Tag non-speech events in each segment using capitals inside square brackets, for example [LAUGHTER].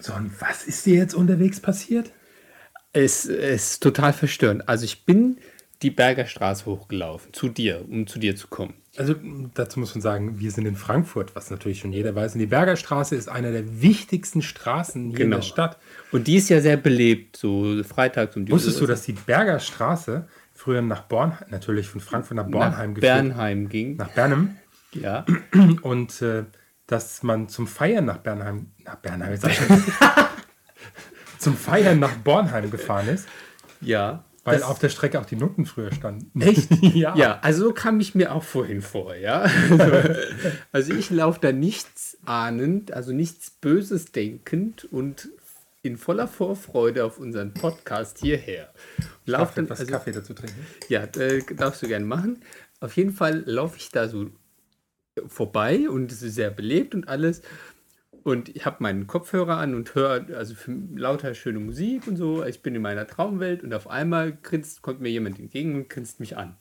So, und was ist dir jetzt unterwegs passiert? Es ist total verstörend. Also ich bin die Bergerstraße hochgelaufen, zu dir, um zu dir zu kommen. Also dazu muss man sagen, wir sind in Frankfurt, was natürlich schon jeder weiß. Und die Bergerstraße ist eine der wichtigsten Straßen hier in Genau. der Stadt. Und die ist ja sehr belebt, so freitags um und Wusstest du, dass die Bergerstraße früher nach Bornheim, natürlich von Frankfurt nach Bornheim nach geführt, Bernheim ging? nach Bernheim, Ja. [CLEARS THROAT] und äh, dass man zum Feiern nach Bernheim, nach Bernheim, jetzt sag ich schon, [LAUGHS] zum Feiern nach Bornheim gefahren ist, Ja. weil Das- auf der Strecke auch die Nutten früher standen. Echt? [LAUGHS] Ja. Ja, also so kam ich mir auch vorhin [LAUGHS] vor, ja. Also ich laufe da nichts ahnend, also nichts Böses denkend und in voller Vorfreude auf unseren Podcast hierher. Und lauf Darf dann, ich was also, Kaffee dazu trinken? ja, äh, darfst du gerne machen. Auf jeden Fall laufe ich da so vorbei und es ist sehr belebt und alles. Und ich habe meinen Kopfhörer an und höre also für lauter schöne Musik und so. Ich bin in meiner Traumwelt und auf einmal grinst, kommt mir jemand entgegen und grinst mich an.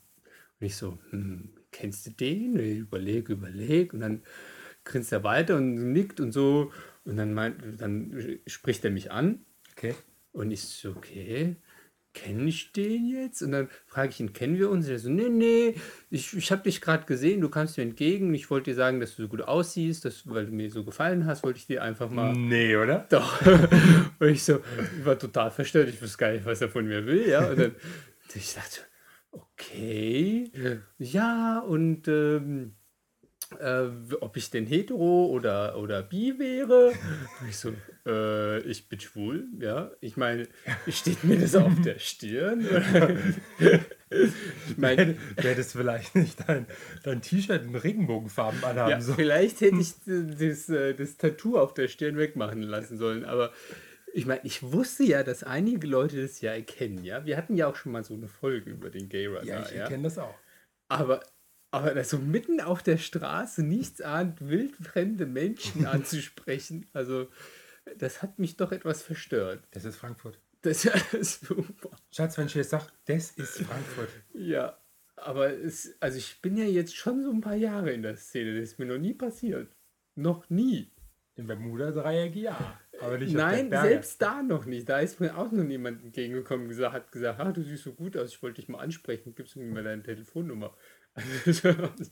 Und ich so, hm, kennst du den? Ich überlege, überlege. Und dann grinst er weiter und nickt und so. Und dann, meint, dann spricht er mich an. Okay. Und ich so, okay, kenne ich den jetzt? Und dann frage ich ihn, kennen wir uns? Und er so, nee, nee, ich, ich habe dich gerade gesehen, du kamst mir entgegen. Ich wollte dir sagen, dass du so gut aussiehst, dass, weil du mir so gefallen hast, wollte ich dir einfach mal. Nee, oder? [LAUGHS] Doch. Und ich so, ich war total verstört, ich wusste gar nicht, was er von mir will, ja. Und dann, [LAUGHS] ich dachte, okay, ja, und ähm, äh, ob ich denn hetero oder, oder bi wäre? Und ich so, äh, ich bin schwul, ja. Ich meine, steht mir das auf der Stirn? [LAUGHS] ich meine, Du hättest vielleicht nicht dein, dein T-Shirt in Regenbogenfarben anhaben Ja, Hm. sollen. vielleicht hätte ich d- das, äh, das Tattoo auf der Stirn wegmachen lassen sollen, aber ich meine, ich wusste ja, dass einige Leute das ja erkennen, ja. Wir hatten ja auch schon mal so eine Folge über den Gay Runner, ja. das auch. Aber, aber da so mitten auf der Straße nichts ahnt, wildfremde [LAUGHS] Menschen anzusprechen, also das hat mich doch etwas verstört. Das ist Frankfurt. Das ist super. Schatz, wenn ich dir das sage, das ist Frankfurt. Ja. Aber es, also ich bin ja jetzt schon so ein paar Jahre in der Szene. Das ist mir noch nie passiert. Noch nie. Im Bermuda-Dreieck, ja. Aber nicht Nein, auf der Berge. selbst da noch nicht. Da ist mir auch noch niemand entgegengekommen und gesagt, hat gesagt, ah, du siehst so gut aus, ich wollte dich mal ansprechen, gibst du mir mal deine Telefonnummer. [LAUGHS] Also, das fand ich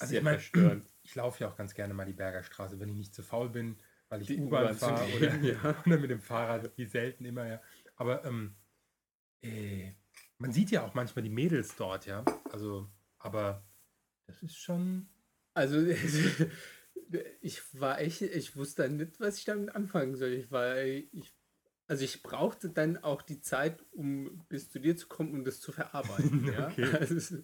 Also sehr ich meine, verstörend. ich laufe ja auch ganz gerne mal die Bergerstraße, wenn ich nicht zu faul bin, weil ich Die U-Bahn U-Bahn zu fahre oder, [LAUGHS] nehmen, ja. oder mit dem Fahrrad, wie selten immer, ja. Aber ähm, äh, man sieht ja auch manchmal die Mädels dort, ja. Also, aber das ist schon. Also [LAUGHS] ich war echt, ich wusste dann nicht, was ich damit anfangen soll. Ich war, ich, also ich brauchte dann auch die Zeit, um bis zu dir zu kommen, um das zu verarbeiten. [LAUGHS] ja? Okay. also es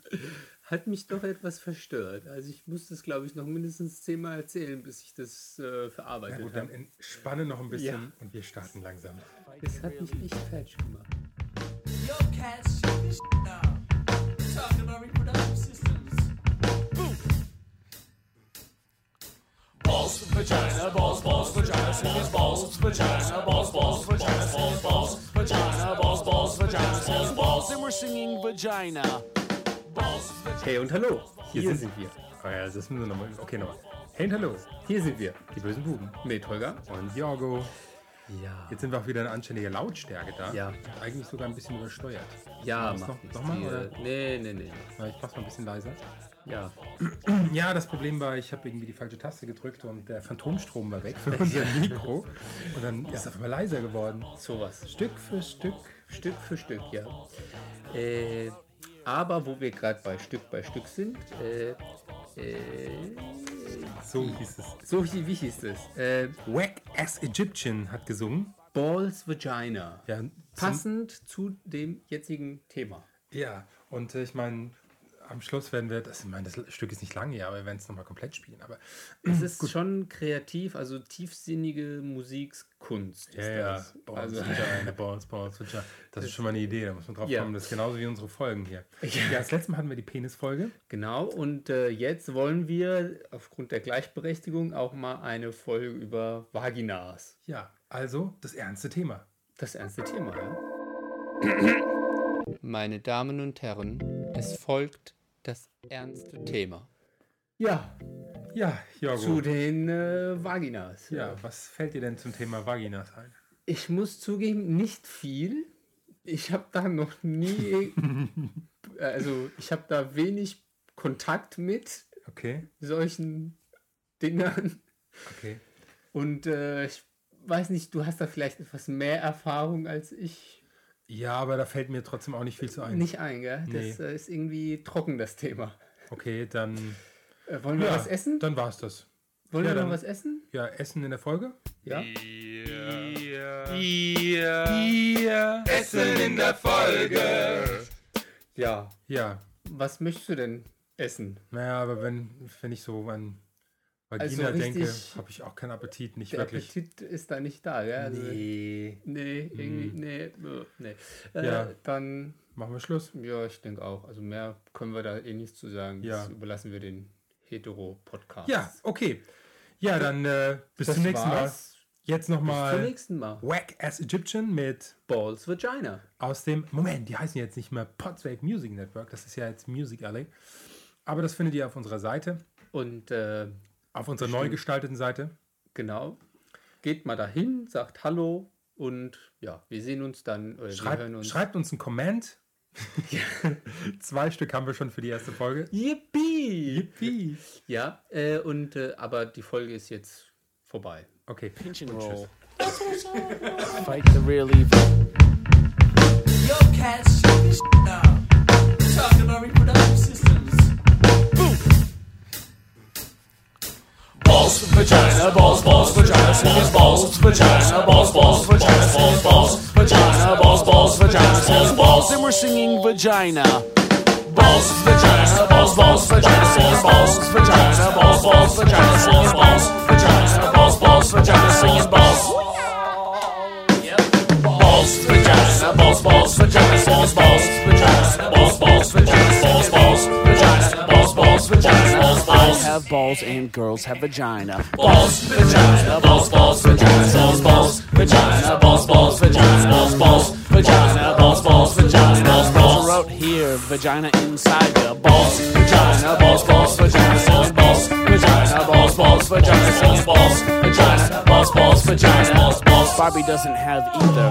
hat mich doch etwas verstört. Also ich muss das, glaube ich, noch mindestens zehnmal erzählen, bis ich das äh, Na verarbeitet gut, dann habe. entspanne noch ein bisschen Ja. und wir starten langsam. Das hat mich echt fertig gemacht. Yo, cats, check this out. We're talking about reproductive systems. Boom. Balls, vagina, balls, balls, vagina, balls, balls, vagina, balls, balls, vagina, balls, balls, vagina, balls, balls, vagina, balls, balls, and we're singing vagina. Balls, vagina. Hey und hallo, hier, Hier sind wir. Ah ja, das müssen wir nochmal. Okay, nochmal. Hey und hallo, Hier sind wir. die bösen Buben. Mit Holger. Und Jorgo. Ja. Jetzt sind wir auch wieder eine anständige Lautstärke da. Ja. Eigentlich sogar ein bisschen übersteuert. Ja, Muss mach noch- nichts. noch mal, Die, oder? äh, Nee, nee, nee. Ja, Ich mach's mal ein bisschen leiser. Ja. Ja, das Problem war, ich habe irgendwie die falsche Taste gedrückt und der Phantomstrom war weg [LAUGHS] für unser Mikro. Und dann ist es auf einmal leiser geworden. Sowas. Stück für Stück. Stück für Stück, ja. Äh, aber wo wir gerade bei Stück bei Stück sind, äh, äh, So hieß es. so hi- wie hieß es? Äh, Wack Ass Egyptian hat gesungen. Balls Vagina. Ja, zum- Passend zu dem jetzigen [CLEARS THROAT] Thema. Ja, und äh, ich meine, am Schluss werden wir, das, ich meine, das Stück ist nicht lang, ja, aber wir werden es nochmal komplett spielen. Aber Es ist schon kreativ, also tiefsinnige Musikkunst. Ja, ist ja. das. Bones, Also, also, [LAUGHS] Vagina, Bones, Bones, Vagina. Das ist schon mal eine Idee, da muss man drauf Ja. kommen. Das ist genauso wie unsere Folgen hier. Ja. Ja, das letzte Mal hatten wir die Penis-Folge. genau, und äh, jetzt wollen wir aufgrund der Gleichberechtigung auch mal eine Folge über Vaginas. Ja, also das ernste Thema. Das ernste Thema, [CLEARS THROAT] ja? Meine Damen und Herren, es folgt das ernste Thema. Ja, Ja, Jorgo. Zu den äh, Vaginas. ja, was fällt dir denn zum Thema Vaginas ein? Ich muss zugeben, nicht viel. Ich habe da noch [LAUGHS] nie, also ich habe da wenig Kontakt mit Okay, solchen Dingern. okay. Und äh, ich weiß nicht, du hast da vielleicht etwas mehr Erfahrung als ich. Ja, aber da fällt mir trotzdem auch nicht viel zu ein. Nicht ein, gell? Das Nee. äh, ist irgendwie trocken, das Thema. Okay, dann. Äh, wollen wir ja, was essen? Dann war's das. Wollen ja, wir noch dann- was essen? Ja, Essen in der Folge? Ja. Essen in der Folge. Ja. Ja. Was möchtest du denn essen? Naja, aber wenn, wenn ich so an Also Vagina denke, richtig- habe ich auch keinen Appetit, nicht Der wirklich. Appetit ist da nicht da, gell? Also, Nee. Mhm. Nee, irgendwie, nee, äh, nee. Äh, Ja. Dann, Machen wir Schluss. ja, ich denke auch. Also mehr können wir da eh nichts zu sagen. Ja. Das überlassen wir den Hetero-Podcast. Ja, okay. Ja, dann äh, bis Das zum nächsten Mal. war's. Jetzt Bis zum nochmal nächsten Mal. Whack as Egyptian mit Balls Vagina. aus dem. Moment, die heißen jetzt nicht mehr Potswave Music Network, das ist ja jetzt Music Alley. Aber das findet ihr auf unserer Seite, Und äh, auf unserer neu gestalteten Seite. genau, geht mal dahin, sagt Hallo und ja, wir sehen uns dann. Oder wir hören Schreibt uns. schreibt uns einen Comment. [LAUGHS] Zwei Stück haben wir schon für die erste Folge. Yippie! Yippie. Ja, äh, und äh, aber die Folge ist jetzt vorbei. Okay. roll. Fight the real evil. Yo, cats, check this out. We're talking about reproductive systems. Balls, vagina, balls, balls, vagina, balls, balls, vagina, balls, balls, vagina, balls, balls, vagina, balls, balls, vagina, balls, balls, and we're singing vagina. Balls, vagina, balls, balls, vagina, balls, balls, vagina, balls, balls, vagina, balls, balls, vagina, balls, balls, vagina, singing balls. Balls, vagina, balls, balls, vagina, balls, balls, vagina, balls, balls, vagina, balls, balls, vagina, balls, balls, vagina, balls, balls. have balls and girls have vagina. Balls, vagina, balls, balls, vagina, balls, balls, vagina, balls, balls, vagina, balls, balls, vagina, balls, balls, vagina, balls, balls. Balls out here, vagina inside ya. Balls, vagina, balls, balls, vagina, balls, balls, vagina, balls, balls, vagina, balls, balls, vagina, balls, balls, vagina, balls, balls. Barbie doesn't have either.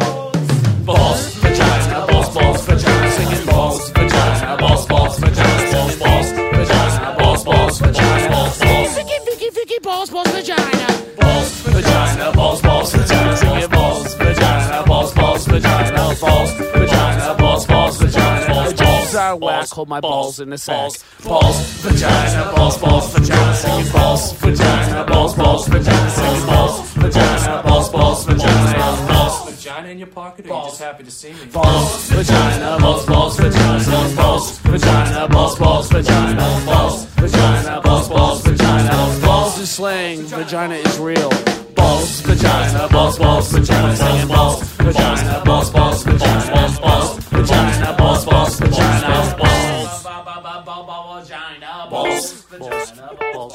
Balls, vagina, balls, balls, vagina, singing balls, vagina, balls, balls, vagina, balls, balls, vagina, balls, balls, vagina, balls, balls. Vicky, Vicky, Vicky, balls, balls, vagina. balls, vagina, balls, balls, vagina, singing balls, vagina, balls, balls, vagina, balls, vagina, balls, balls, vagina, balls, balls. are whack, hold my balls in a sack. Balls, vagina, balls, balls, vagina, singing balls, vagina, balls, balls, vagina, singing balls, vagina, balls, balls, vagina, balls, balls. Vagina in your pocket or you just happy to see me? balls, vagina, balls, balls, vagina, balls, balls, vagina, balls, balls, vagina, balls, vagina, balls, balls, vagina, balls, balls is slang, vagina is real. Balls, vagina, balls, balls, vagina, singing balls, vagina, balls, balls, vagina, balls, balls, vagina, balls, balls, vagina, balls, balls. Balls, vagina, balls, balls, balls,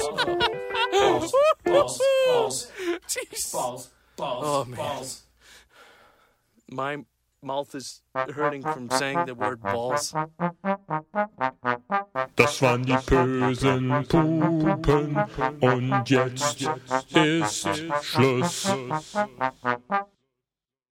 balls, balls, balls, balls. My mouth is hurting from saying the word balls. Das waren die bösen Pupen und jetzt ist Schluss.